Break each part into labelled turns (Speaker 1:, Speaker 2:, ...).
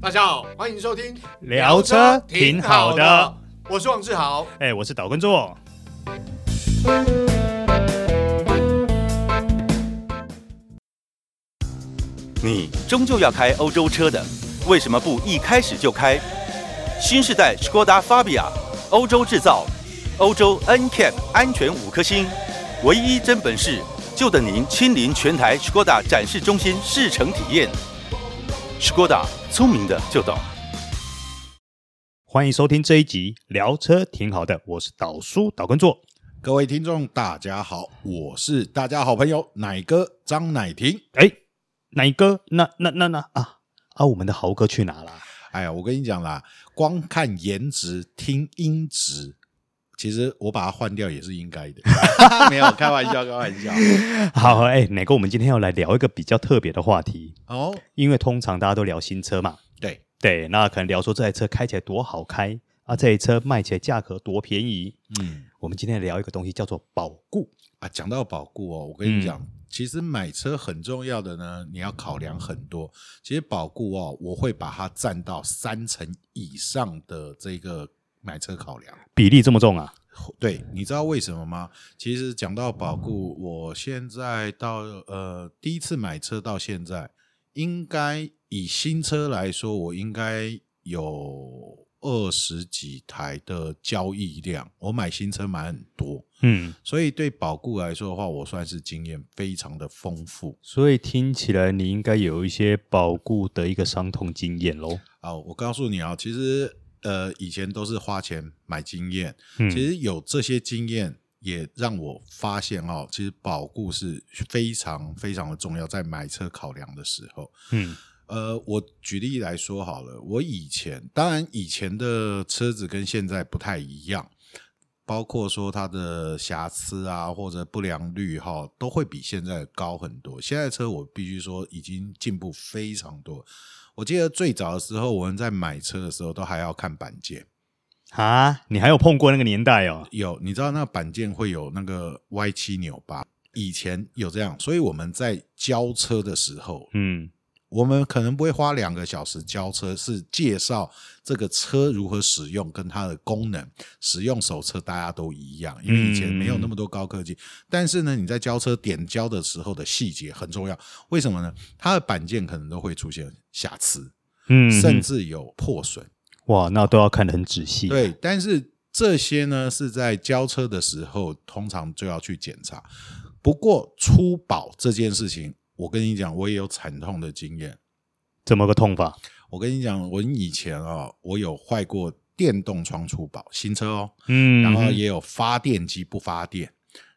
Speaker 1: 大家好，欢迎收听
Speaker 2: 聊车挺好的，，
Speaker 1: 我是王志豪。
Speaker 2: 哎、我是岛根座。
Speaker 3: 你终究要开欧洲车的，为什么不一开始就开？新时代 Skoda Fabia，欧洲制造，欧洲 NCAP 安全五颗星，唯一真本事，就等您亲临全台 Skoda 展示中心试乘体验。Skoda 聪明的就懂。
Speaker 2: 欢迎收听这一集聊车挺好的，我是岛叔岛根座。
Speaker 4: 各位听众，大家好，我是大家好朋友奶哥张乃婷。
Speaker 2: 哎、奶哥，那那那那啊啊，我们的豪哥去哪 啦？
Speaker 4: 哎呀，我跟你讲啦，光看颜值、听音质，其实我把它换掉也是应该的。 没有，开玩笑，开玩笑。
Speaker 2: 好，哎、奶哥，我们今天要来聊一个比较特别的话题，
Speaker 4: 哦，
Speaker 2: 因为通常大家都聊新车嘛，
Speaker 4: 对，
Speaker 2: 对，那可能聊说这台车开起来多好开啊，这台车卖起来价格多便宜。
Speaker 4: 嗯
Speaker 2: 我们今天聊一个东西叫做保固，
Speaker 4: 啊，讲到保固哦，我跟你讲，其实买车很重要的呢，你要考量很多。其实保固哦，我会把它占到三成以上的这个买车考量。
Speaker 2: 比例这么重啊？
Speaker 4: 对，你知道为什么吗？其实讲到保固，我现在到呃第一次买车到现在，应该以新车来说，我应该有二十几台的交易量。我买新车买很多，
Speaker 2: 嗯，
Speaker 4: 所以对保固来说的话，我算是经验非常的丰富
Speaker 2: 所以听起来你应该有一些保固的一个伤痛经验喽。
Speaker 4: 啊、我告诉你啊、其实呃以前都是花钱买经验，
Speaker 2: 嗯
Speaker 4: 其实有这些经验，也让我发现哦，其实保固是非常非常的重要，在买车考量的时候。
Speaker 2: 嗯
Speaker 4: 呃，我举例来说好了，我以前当然以前的车子跟现在不太一样，包括说它的瑕疵啊或者不良率哈、都会比现在高很多。现在车我必须说已经进步非常多。我记得最早的时候，我们在买车的时候都还要看板件。
Speaker 2: 啊，你还有碰过那个年代哦？
Speaker 4: 有，你知道那板件会有那个歪七扭八，以前有这样，所以我们在交车的时候，
Speaker 2: 嗯，
Speaker 4: 我们可能不会花两个小时交车，是介绍这个车如何使用跟它的功能。使用手册大家都一样，因为以前没有那么多高科技。但是呢，你在交车点交的时候的细节很重要，为什么呢？它的板件可能都会出现瑕疵，
Speaker 2: 嗯
Speaker 4: 甚至有破损。
Speaker 2: 哇，那都要看得很仔细。，
Speaker 4: 对，但是这些呢是在交车的时候，通常就要去检查。不过出保这件事情，我跟你讲，我也有惨痛的经验。
Speaker 2: 怎么个痛法？
Speaker 4: 我跟你讲，我以前啊、我有坏过电动窗出保，新车哦，
Speaker 2: 嗯
Speaker 4: 然后也有发电机不发电，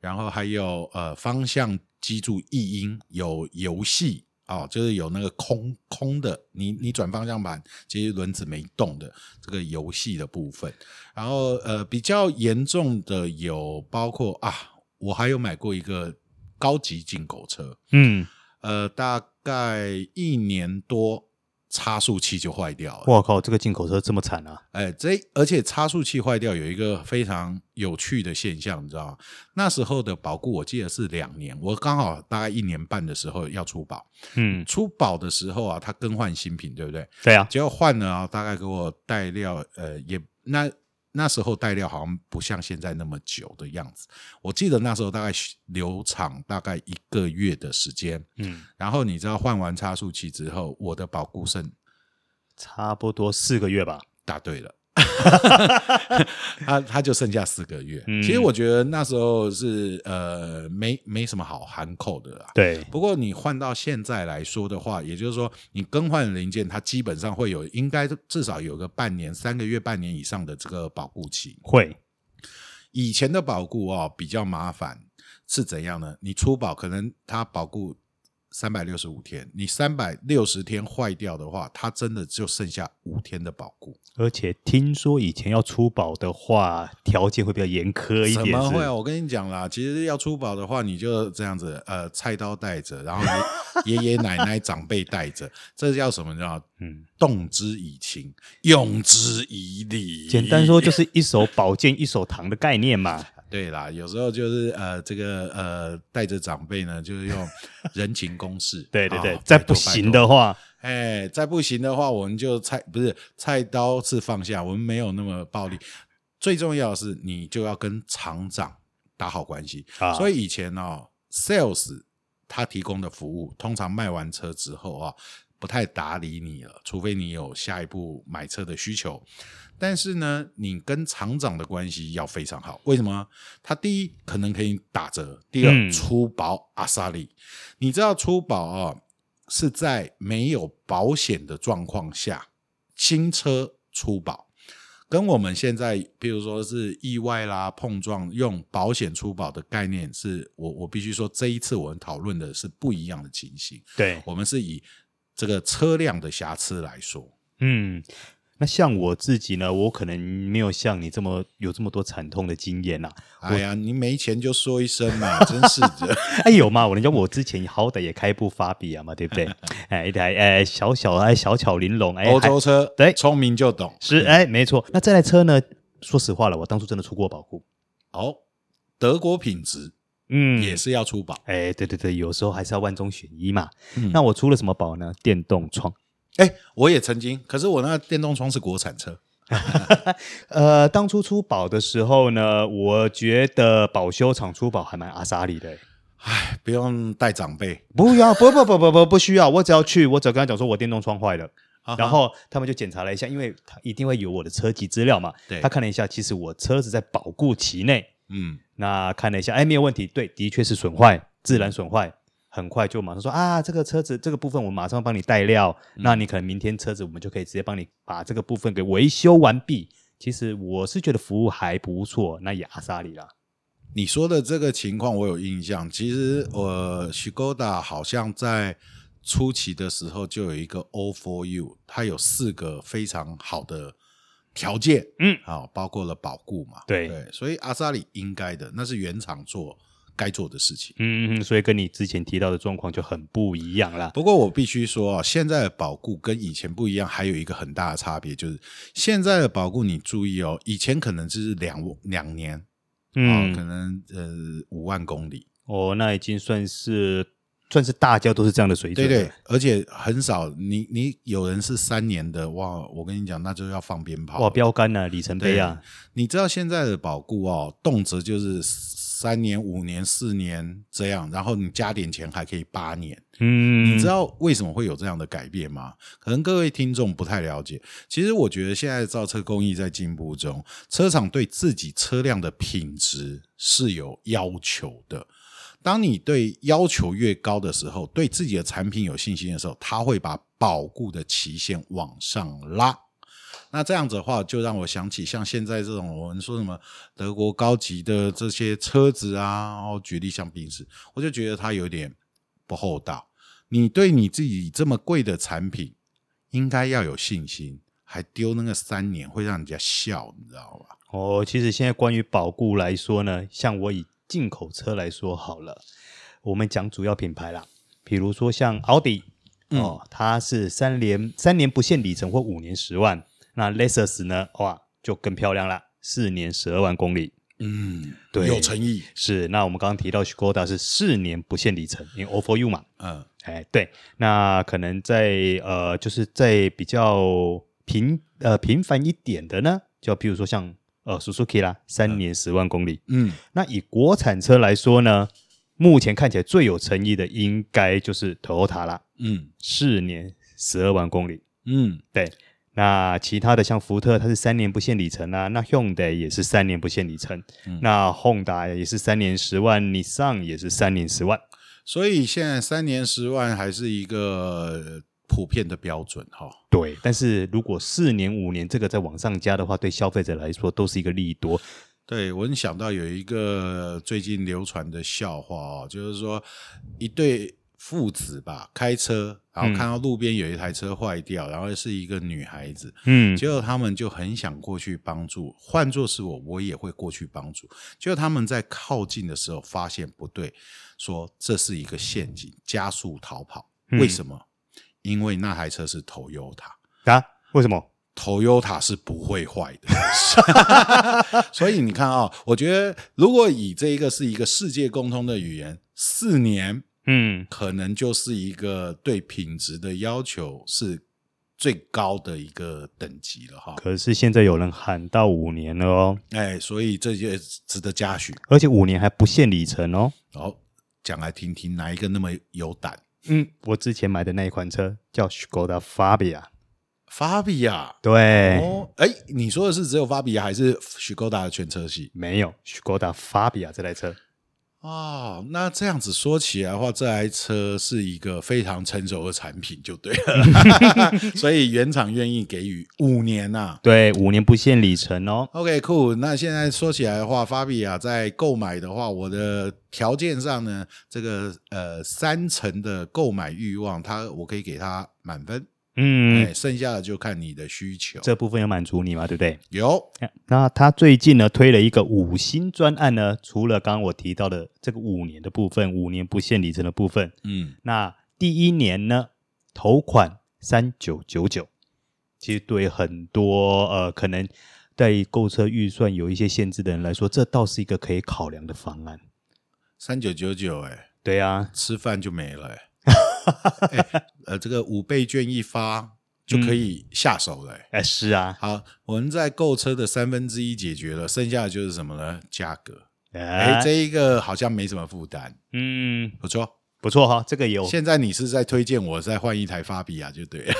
Speaker 4: 然后还有呃方向机柱异音，有游戏哦，就是有那个空空的，你你转方向盘，其实轮子没动的这个游戏的部分。然后呃比较严重的有包括啊，我还有买过一个高级进口车，
Speaker 2: 嗯，
Speaker 4: 呃大概一年多。差速器就坏掉了，
Speaker 2: 我靠，这个进口车这么惨啊！
Speaker 4: 哎，这而且差速器坏掉有一个非常有趣的现象，你知道吗？那时候的保固我记得是两年，我刚好大概一年半的时候要出保，
Speaker 2: 嗯，
Speaker 4: 出保的时候啊，它更换新品，对不对？
Speaker 2: 对啊，
Speaker 4: 结果换了啊，大概给我带料，呃，也那那时候带料好像不像现在那么久的样子。我记得那时候大概留厂大概一个月的时间，
Speaker 2: 嗯，
Speaker 4: 然后你知道换完差速器之后，我的保固剩
Speaker 2: 差不多四个月吧。
Speaker 4: 答对了。 他他就剩下四个月。
Speaker 2: 嗯
Speaker 4: 其实我觉得那时候是呃没没什么好含扣的啦。
Speaker 2: 对，
Speaker 4: 不过你换到现在来说的话，也就是说你更换零件，它基本上会有应该至少有个半年、三个月、半年以上的这个保护期。
Speaker 2: 会，
Speaker 4: 以前的保固哦比较麻烦，是怎样呢？你出保可能它保固三百六十五天，你三百六十天坏掉的话，它真的就剩下五天的保固。
Speaker 2: 而且听说以前要出保的话，条件会比较严苛一
Speaker 4: 怎
Speaker 2: 点。
Speaker 4: 么会
Speaker 2: 是
Speaker 4: 啊？我跟你讲啦，其实要出保的话，你就这样子，呃，菜刀带着，然后 爷爷爷奶奶长辈带着，这叫什么？你知道吗？
Speaker 2: 嗯，
Speaker 4: 动之以情，用之以理。
Speaker 2: 简单，说就是一手保健一手糖的概念嘛。
Speaker 4: 对啦，有时候就是呃，这个呃，带着长辈呢，就是用人情公式。
Speaker 2: 对对对
Speaker 4: 啊，
Speaker 2: 再
Speaker 4: 拜
Speaker 2: 不
Speaker 4: 托
Speaker 2: 行
Speaker 4: 拜托
Speaker 2: 的话，
Speaker 4: 哎，再不行的话，我们就菜不是菜刀是放下，我们没有那么暴力。最重要的是，你就要跟厂长打好关系。
Speaker 2: 啊
Speaker 4: 所以以前哦，sales 他提供的服务，通常卖完车之后啊、不太搭理你了，除非你有下一步买车的需求。但是呢，你跟厂长的关系要非常好。为什么？他第一可能可以打折，第二、
Speaker 2: 嗯
Speaker 4: 出保阿萨利。你知道出保啊、是在没有保险的状况下，新车出保，跟我们现在比如说是意外啦、碰撞用保险出保的概念是，我我必须说这一次我们讨论的是不一样的情形，
Speaker 2: 对，
Speaker 4: 我们是以这个车辆的瑕疵来说，
Speaker 2: 嗯，那像我自己呢，我可能没有像你这么有这么多惨痛的经验呐、啊
Speaker 4: 哎呀，你没钱就说一声 嘛，真是的。
Speaker 2: 哎，有嘛？我人家我之前好歹也开部法比亚啊嘛，对不对？哎，一台哎小小哎小巧玲珑，哎
Speaker 4: 欧洲
Speaker 2: 还
Speaker 4: 车，
Speaker 2: 对
Speaker 4: 聪明就懂
Speaker 2: 是哎没错。那这台车呢？说实话了，我当初真的出过保护，
Speaker 4: 哦。德国品质
Speaker 2: 嗯，
Speaker 4: 也是要出保，
Speaker 2: 哎，对对对，有时候还是要万中选一嘛。
Speaker 4: 嗯
Speaker 2: 那我出了什么保呢？电动窗。
Speaker 4: 哎、我也曾经，可是我那个电动窗是国产车，
Speaker 2: 呃，当初出保的时候呢，我觉得保修厂出保还蛮阿莎里的、
Speaker 4: 哎，不用带长辈。
Speaker 2: 不要，不不不不不不需要，我只要去，我只要跟他讲说我电动窗坏了，
Speaker 4: 啊哈
Speaker 2: 然后他们就检查了一下，因为他一定会有我的车籍资料嘛，
Speaker 4: 对
Speaker 2: 他看了一下，其实我车子在保固期内，
Speaker 4: 嗯，
Speaker 2: 那看了一下，哎，没有问题，对，的确是损坏，自然损坏。很快就马上说啊，这个车子这个部分我马上帮你带料，
Speaker 4: 嗯
Speaker 2: 那你可能明天车子我们就可以直接帮你把这个部分给维修完毕。其实我是觉得服务还不错，那也阿萨里啦。
Speaker 4: 你说的这个情况我有印象。其实呃，Skoda 好像在初期的时候就有一个 O for You，它有四个非常好的条件，
Speaker 2: 嗯
Speaker 4: 好、包括了保固嘛，
Speaker 2: 对
Speaker 4: 对，所以阿萨里应该的，那是原厂做该做的事情。
Speaker 2: 嗯，所以跟你之前提到的状况就很不一样啦。
Speaker 4: 不过我必须说啊，现在的保固跟以前不一样，还有一个很大的差别就是，现在的保固你注意哦，以前可能就是两两年，
Speaker 2: 嗯
Speaker 4: 嗯，可，能呃五万公里，
Speaker 2: 哦，那已经算是算是大家都是这样的水准
Speaker 4: 对
Speaker 2: 了。
Speaker 4: 对，而且很少，你你有人是三年的哇，我跟你讲，那就要放鞭炮，
Speaker 2: 哇，标杆呢、里程碑啊，
Speaker 4: 你知道现在的保固哦，动辄就是三年、五年、四年这样，然后你加点钱还可以八年。
Speaker 2: 嗯，
Speaker 4: 你知道为什么会有这样的改变吗？可能各位听众不太了解。其实我觉得现在的造车工艺在进步中，车厂对自己车辆的品质是有要求的。当你对要求越高的时候，对自己的产品有信心的时候，它会把保固的期限往上拉。那这样子的话，就让我想起像现在这种我们说什么德国高级的这些车子啊，哦，举例像宾士，我就觉得它有点不厚道。你对你自己这么贵的产品，应该要有信心，还丢那个三年，会让人家笑，你知道吧？
Speaker 2: 哦，其实现在关于保固来说呢，像我以进口车来说好了，我们讲主要品牌啦，比如说像奥迪，
Speaker 4: 嗯
Speaker 2: 哦，它是三年三年不限里程或五年十万，那 Lexus 呢，哇，就更漂亮啦，四年十二万公里。
Speaker 4: 嗯，
Speaker 2: 对
Speaker 4: 有诚意，
Speaker 2: 是，那我们刚刚提到 Skoda 是四年不限里程，因为 O for U 嘛，
Speaker 4: 嗯，
Speaker 2: 哎，对，那可能在呃，就是在比较频呃频繁一点的呢，就比如说像呃 Suzuki 啦，三年十万公里。
Speaker 4: 嗯，
Speaker 2: 那以国产车来说呢，目前看起来最有诚意的应该就是 Toyota 啦，
Speaker 4: 嗯，
Speaker 2: 四年十二万公里。
Speaker 4: 嗯，
Speaker 2: 对，那其他的像福特，它是三年不限里程啊，那 Hyundai 也是三年不限里程，那 Honda 也是三年十万，Nissan 也是三年十万。
Speaker 4: 所以现在三年十万还是一个普遍的标准哈、
Speaker 2: 对，但是如果四年五年这个再往上加的话，对消费者来说都是一个利多。
Speaker 4: 对，我很想到有一个最近流传的笑话哦，就是说一对父子吧，开车，然后看到路边有一台车坏掉，然后是一个女孩子，
Speaker 2: 嗯
Speaker 4: 结果他们就很想过去帮助。换作是我，我也会过去帮助。结果他们在靠近的时候发现不对，说这是一个陷阱，加速逃跑。
Speaker 2: 嗯
Speaker 4: 为什么？因为那台车是 Toyota。
Speaker 2: 啊，为什么？
Speaker 4: Toyota 是不会坏 的，所以你看啊、我觉得如果以这一个是一个世界共通的语言，四年
Speaker 2: 嗯，
Speaker 4: 可能就是一个对品质的要求是最高的一个等级了哈。
Speaker 2: 可是现在有人喊到五年了哦，
Speaker 4: 哎，所以这些值得嘉许。
Speaker 2: 而且五年还不限里程哦。
Speaker 4: 好，讲来听听哪一个那么有胆？
Speaker 2: 嗯，我之前买的那一款车叫 Skoda Fabia，
Speaker 4: 法比亚。
Speaker 2: 对，
Speaker 4: 哦，哎，你说的是只有法比亚还是许勾达的全车系
Speaker 2: 没有 Skoda Fabia 这台车，
Speaker 4: 哦，那这样子说起来的话，这台车是一个非常成熟的产品，就对了。 所以原厂愿意给予五年呐、
Speaker 2: 对，五年不限里程哦。
Speaker 4: OK，酷、那现在说起来的话，法比亚在购买的话，我的条件上呢，这个呃三成的购买欲望，它我可以给它满分，哎、
Speaker 2: 嗯，
Speaker 4: 剩下的就看你的需求。
Speaker 2: 这部分有满足你嘛？对不对？
Speaker 4: 有
Speaker 2: 那他最近呢推了一个五星专案呢，除了刚刚我提到的这个五年的部分，五年不限里程的部分，
Speaker 4: 嗯，
Speaker 2: 那第一年呢头款三九九九，其实对很多呃可能对购车预算有一些限制的人来说，这倒是一个可以考量的方案。
Speaker 4: 三九九九，哎，
Speaker 2: 对啊，
Speaker 4: 吃饭就没了、 哎哎呃，这个五倍券一发就可以下手了、哎
Speaker 2: 哎、是啊，
Speaker 4: 好，我们在购车的三分之一解决了，剩下的就是什么呢？价格。哎、
Speaker 2: 哎、
Speaker 4: 这一个好像没什么负担，
Speaker 2: 嗯
Speaker 4: 不错。
Speaker 2: 不错哈、这个有
Speaker 4: 现在你是在推荐我再换一台法比亚就对了。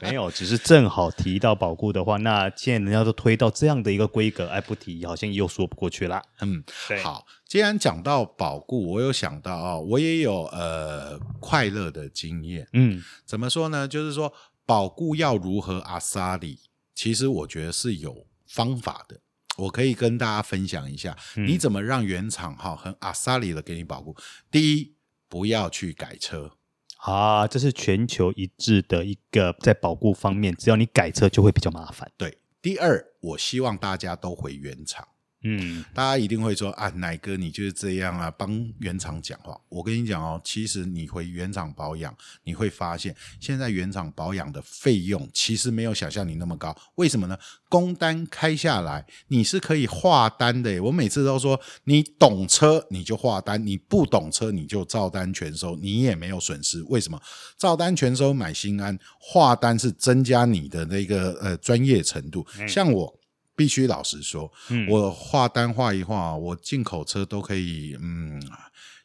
Speaker 2: 没有？只是正好提到保固的话，那现在人家都推到这样的一个规格，哎，不提好像又说不过去啦。
Speaker 4: 嗯，
Speaker 2: 对，
Speaker 4: 好，既然讲到保固，我有想到啊、我也有呃快乐的经验。
Speaker 2: 嗯
Speaker 4: 怎么说呢？就是说保固要如何阿萨里，其实我觉得是有方法的。我可以跟大家分享一下，
Speaker 2: 嗯
Speaker 4: 你怎么让原厂哈很阿萨里的给你保固？第一，不要去改车。
Speaker 2: 啊，这是全球一致的一个在保固方面，只要你改车就会比较麻烦。
Speaker 4: 对，第二，我希望大家都回原厂。
Speaker 2: 嗯，
Speaker 4: 大家一定会说啊，奶哥你就是这样啊，帮原厂讲话。我跟你讲哦，其实你回原厂保养，你会发现现在原厂保养的费用其实没有想象你那么高。为什么呢？工单开下来你是可以划单的耶。欸我每次都说，你懂车你就划单，你不懂车你就照单全收，你也没有损失。为什么？照单全收买心安，划单是增加你的那个呃专业程度。像我。必须老实说，
Speaker 2: 嗯
Speaker 4: 我画单画一画，我进口车都可以，嗯，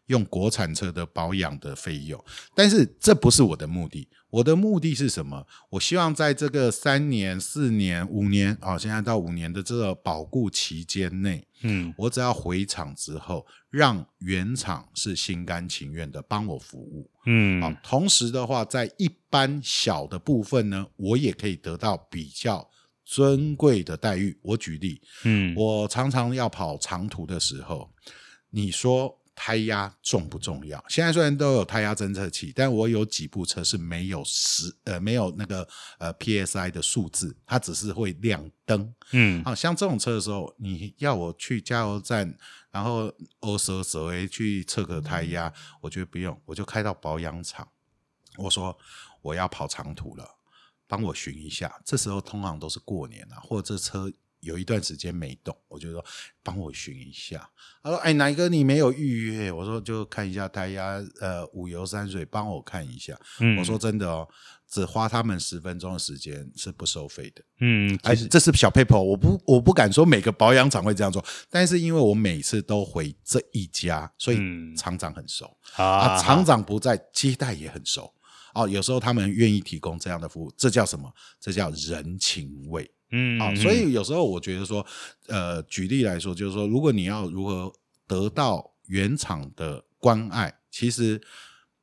Speaker 4: 用国产车的保养的费用，但是这不是我的目的。我的目的是什么？我希望在这个三年、四年、五年啊、哦现在到五年的这个保固期间内，
Speaker 2: 嗯
Speaker 4: 我只要回厂之后，让原厂是心甘情愿的帮我服务。
Speaker 2: 嗯，
Speaker 4: 好，同时的话，在一般小的部分呢，我也可以得到比较尊贵的待遇。我举例，
Speaker 2: 嗯，
Speaker 4: 我常常要跑长途的时候，你说胎压重不重要？现在虽然都有胎压侦测器，但我有几部车是没有实呃没有那个呃 PSI 的数字，它只是会亮灯。
Speaker 2: 嗯
Speaker 4: 啊，像这种车的时候，你要我去加油站，然后哦欧蛇蛇诶去测个胎
Speaker 2: 嗯
Speaker 4: 压，我觉得不用，我就开到保养厂。我说我要跑长途了，帮我巡一下。这时候通常都是过年啊，或者这车有一段时间没动，我就说帮我巡一下。他说：“哎，哪一个你没有预约？”我说：“就看一下胎压，呃，五油三水，帮我看一下。
Speaker 2: 嗯
Speaker 4: 我说：“真的哦，只花他们十分钟的时间是不收费的。”
Speaker 2: 嗯，
Speaker 4: 哎，这是小 paper，我不我不敢说每个保养厂会这样做，但是因为我每次都回这一家，所以
Speaker 2: 嗯
Speaker 4: 厂长很熟、
Speaker 2: 啊
Speaker 4: 啊，厂长不在，接待也很熟哦。有时候他们愿意提供这样的服务，这叫什么？这叫人情味
Speaker 2: 嗯
Speaker 4: 啊、所以有时候我觉得说，呃，举例来说，就是说，如果你要如何得到原厂的关爱，其实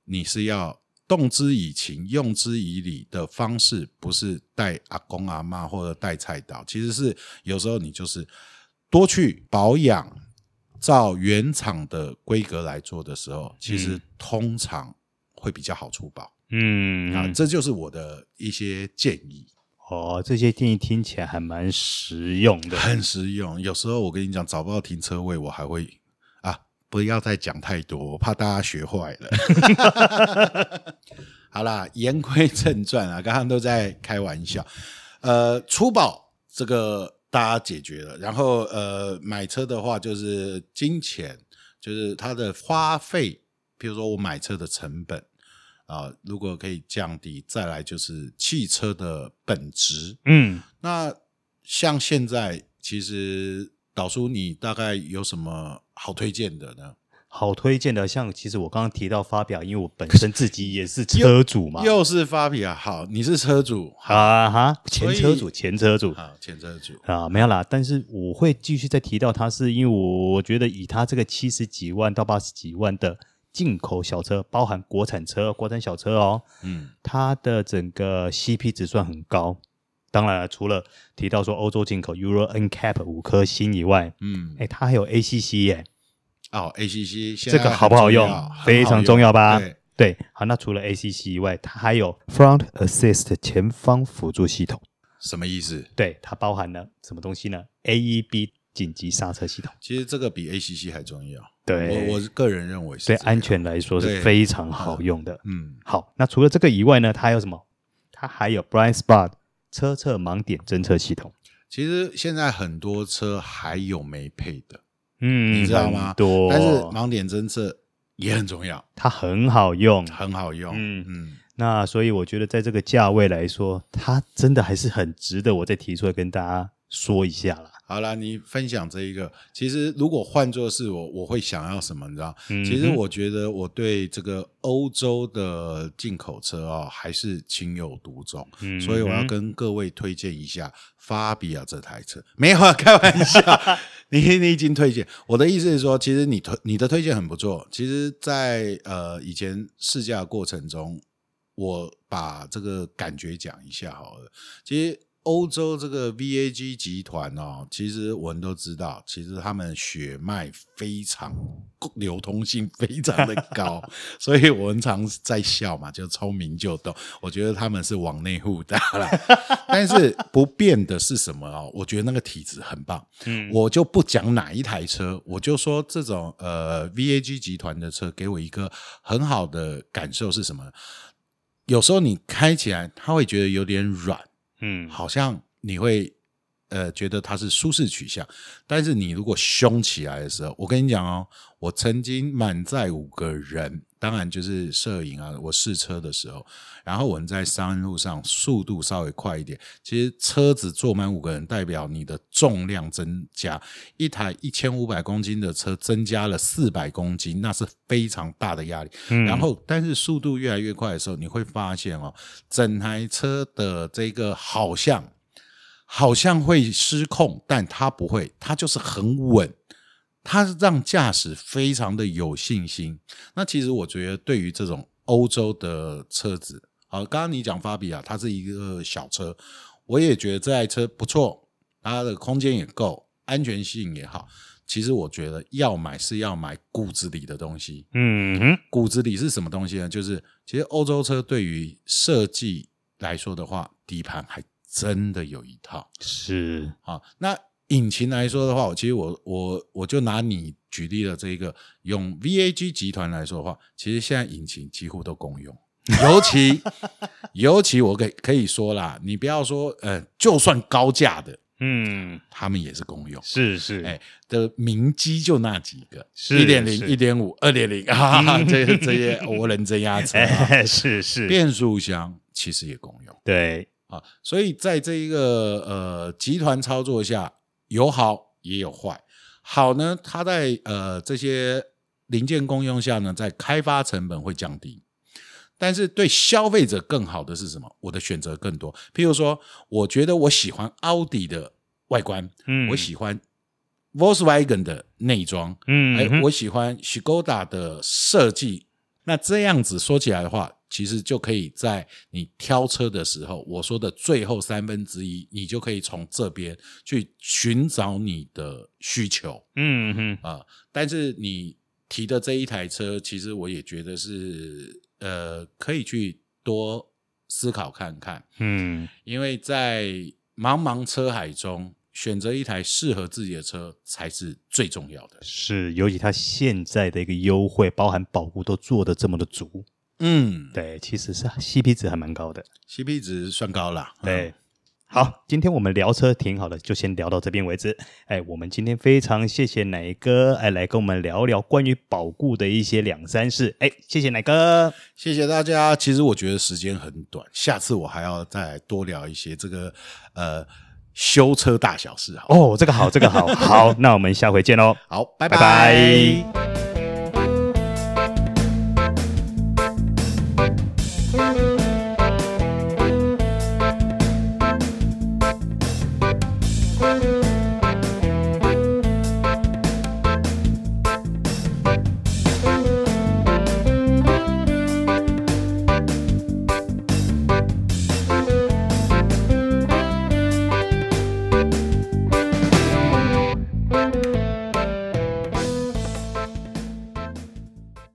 Speaker 4: 你是要动之以情，用之以理的方式，不是带阿公阿妈或者带菜刀，其实是有时候你就是多去保养，照原厂的规格来做的时候，其实
Speaker 2: 嗯
Speaker 4: 通常会比较好出保、
Speaker 2: 嗯
Speaker 4: 啊
Speaker 2: 啊。这
Speaker 4: 这就是我的一些建议。
Speaker 2: 哦，这些建议听起来还蛮实用的。
Speaker 4: 很实用。有时候我跟你讲，找不到停车位，我还会啊，不要再讲太多，我怕大家学坏了。 好啦，言归正传啊，刚刚都在开玩笑。呃，初保这个大家解决了，然后呃，买车的话就是金钱，就是它的花费，比如说我买车的成本啊、如果可以降低，再来就是汽车的本质，
Speaker 2: 嗯，
Speaker 4: 那像现在，其实导叔，你大概有什么好推荐的呢？
Speaker 2: 好推荐的，像其实我刚刚提到发表，因为我本身自己也是车主嘛，
Speaker 4: 又是发比啊，好，你是车主，
Speaker 2: 啊哈，前车
Speaker 4: 所
Speaker 2: 主，
Speaker 4: 以
Speaker 2: 前车主
Speaker 4: 好，前车主，
Speaker 2: 啊，没有啦。但是我会继续再提到它，是因为我我觉得以它这个七十几万到八十几万的进口小车，包含国产车、国产小车哦，
Speaker 4: 嗯
Speaker 2: 它的整个 CP 值算很高。当然了，除了提到说欧洲进口 Euro NCAP 五颗星以外，
Speaker 4: 嗯，
Speaker 2: 哎，它还有 ACC 耶、
Speaker 4: 哦，ACC 现
Speaker 2: 这
Speaker 4: 在
Speaker 2: 个
Speaker 4: 很
Speaker 2: 好不好用
Speaker 4: 重要？很
Speaker 2: 非
Speaker 4: 好
Speaker 2: 常
Speaker 4: 用
Speaker 2: 重要吧
Speaker 4: 对，？
Speaker 2: 对，好，那除了 ACC 以外，它还有 Front Assist 前方辅助系统，
Speaker 4: 什么意思？
Speaker 2: 对，它包含了什么东西呢？AEB 紧急刹车系统，
Speaker 4: 其实这个比 ACC 还重要。
Speaker 2: 对，
Speaker 4: 哦我我个人认为是
Speaker 2: 对
Speaker 4: 这
Speaker 2: 安
Speaker 4: 样，
Speaker 2: 全来说
Speaker 4: 对
Speaker 2: 是非常好用的。
Speaker 4: 嗯，
Speaker 2: 好，那除了这个以外呢，它还有什么？它还有 Blind Spot 车侧盲点侦测系统，
Speaker 4: 其实现在很多车还有没配的，
Speaker 2: 嗯，
Speaker 4: 你知道吗
Speaker 2: 很多，
Speaker 4: 但是盲点侦测也很重要，
Speaker 2: 它很好用。
Speaker 4: 很好用。
Speaker 2: 嗯
Speaker 4: 嗯。
Speaker 2: 那所以我觉得，在这个价位来说，它真的还是很值得我再提出来跟大家说一下啦。
Speaker 4: 好啦，你分享这一个，其实如果换作是我，我会想要什么？你知道？
Speaker 2: 嗯
Speaker 4: 其实我觉得我对这个欧洲的进口车哦，还是情有独钟，
Speaker 2: 嗯
Speaker 4: 所以我要跟各位推荐一下法比亚这台车。没有啊，开玩笑，你你已经推荐。我的意思是说，其实你推你的推荐很不错。其实在，呃以前试驾过程中，我把这个感觉讲一下好了。其实欧洲这个 VAG 集团哦，其实我们都知道，其实他们血脉非常流通性非常的高，所以我们常在笑嘛，就聪明就懂。我觉得他们是往内互打啦， 但是不变的是什么哦？我觉得那个体质很棒。
Speaker 2: 嗯
Speaker 4: 我就不讲哪一台车，我就说这种呃 VAG 集团的车给我一个很好的感受是什么？有时候你开起来，它会觉得有点软，
Speaker 2: 嗯，
Speaker 4: 好像你会呃觉得它是舒适取向，但是你如果凶起来的时候，我跟你讲哦，我曾经满载五个人，当然就是摄影啊，我试车的时候，然后我们在山路上速度稍微快一点，其实车子坐满五个人，代表你的重量增加，一台一千五百公斤的车增加了四百公斤，那是非常大的压力。
Speaker 2: 嗯
Speaker 4: 然后，但是速度越来越快的时候，你会发现哦，整台车的这个好像好像会失控，但它不会，它就是很稳，它让驾驶非常的有信心。那其实我觉得，对于这种欧洲的车子，好，刚刚你讲法比亚，它是一个小车，我也觉得这台车不错，它的空间也够，安全性也好。其实我觉得要买是要买骨子里的东西，
Speaker 2: 嗯哼，
Speaker 4: 骨子里是什么东西呢？就是其实欧洲车对于设计来说的话，底盘还真的有一套
Speaker 2: 是，
Speaker 4: 啊。那引擎来说的话，我其实我我我就拿你举例的这一个，用 VAG 集团来说的话，其实现在引擎几乎都共用。尤其，尤其我可以可以说啦，你不要说，呃，就算高价的，
Speaker 2: 嗯，
Speaker 4: 他们也是共用。
Speaker 2: 是是，
Speaker 4: 哎的明基就那几个，
Speaker 2: 是
Speaker 4: 一点零、
Speaker 2: 是
Speaker 4: 一点五、二点零啊，这 这些涡轮增压车、啊、
Speaker 2: 哎，是是，
Speaker 4: 变速箱其实也共用
Speaker 2: 对，
Speaker 4: 啊，所以在这一个呃集团操作下，有好也有坏。好呢，它在呃这些零件共用下呢，在开发成本会降低。但是对消费者更好的是什么？我的选择更多。譬如说，我觉得我喜欢奥迪的外观，
Speaker 2: 嗯
Speaker 4: 我喜欢 Volkswagen 的内装，
Speaker 2: 嗯
Speaker 4: 哎、
Speaker 2: 哼
Speaker 4: 我喜欢 Skoda 的设计。那这样子说起来的话，其实就可以在你挑车的时候，我说的最后三分之一，你就可以从这边去寻找你的需求
Speaker 2: 嗯哼，
Speaker 4: 啊、但是你提的这一台车，其实我也觉得是呃，可以去多思考看看。
Speaker 2: 嗯，
Speaker 4: 因为在茫茫车海中，选择一台适合自己的车才是最重要的。
Speaker 2: 是，尤其它现在的一个优惠，包含保护都做的这么的足，
Speaker 4: 嗯，
Speaker 2: 对，其实是 CP 值还蛮高的。
Speaker 4: ，CP 值算高啦。啊
Speaker 2: 对，好，今天我们聊车挺好的，就先聊到这边为止。哎，我们今天非常谢谢奶哥，哎，来跟我们聊聊关于保固的一些两三事。哎，谢谢奶哥。
Speaker 4: 谢谢大家。其实我觉得时间很短，下次我还要再多聊一些这个呃修车大小事好 了。
Speaker 2: 哦，这个好，这个好，好，那我们下回见喽，
Speaker 4: 哦好，拜
Speaker 2: 拜拜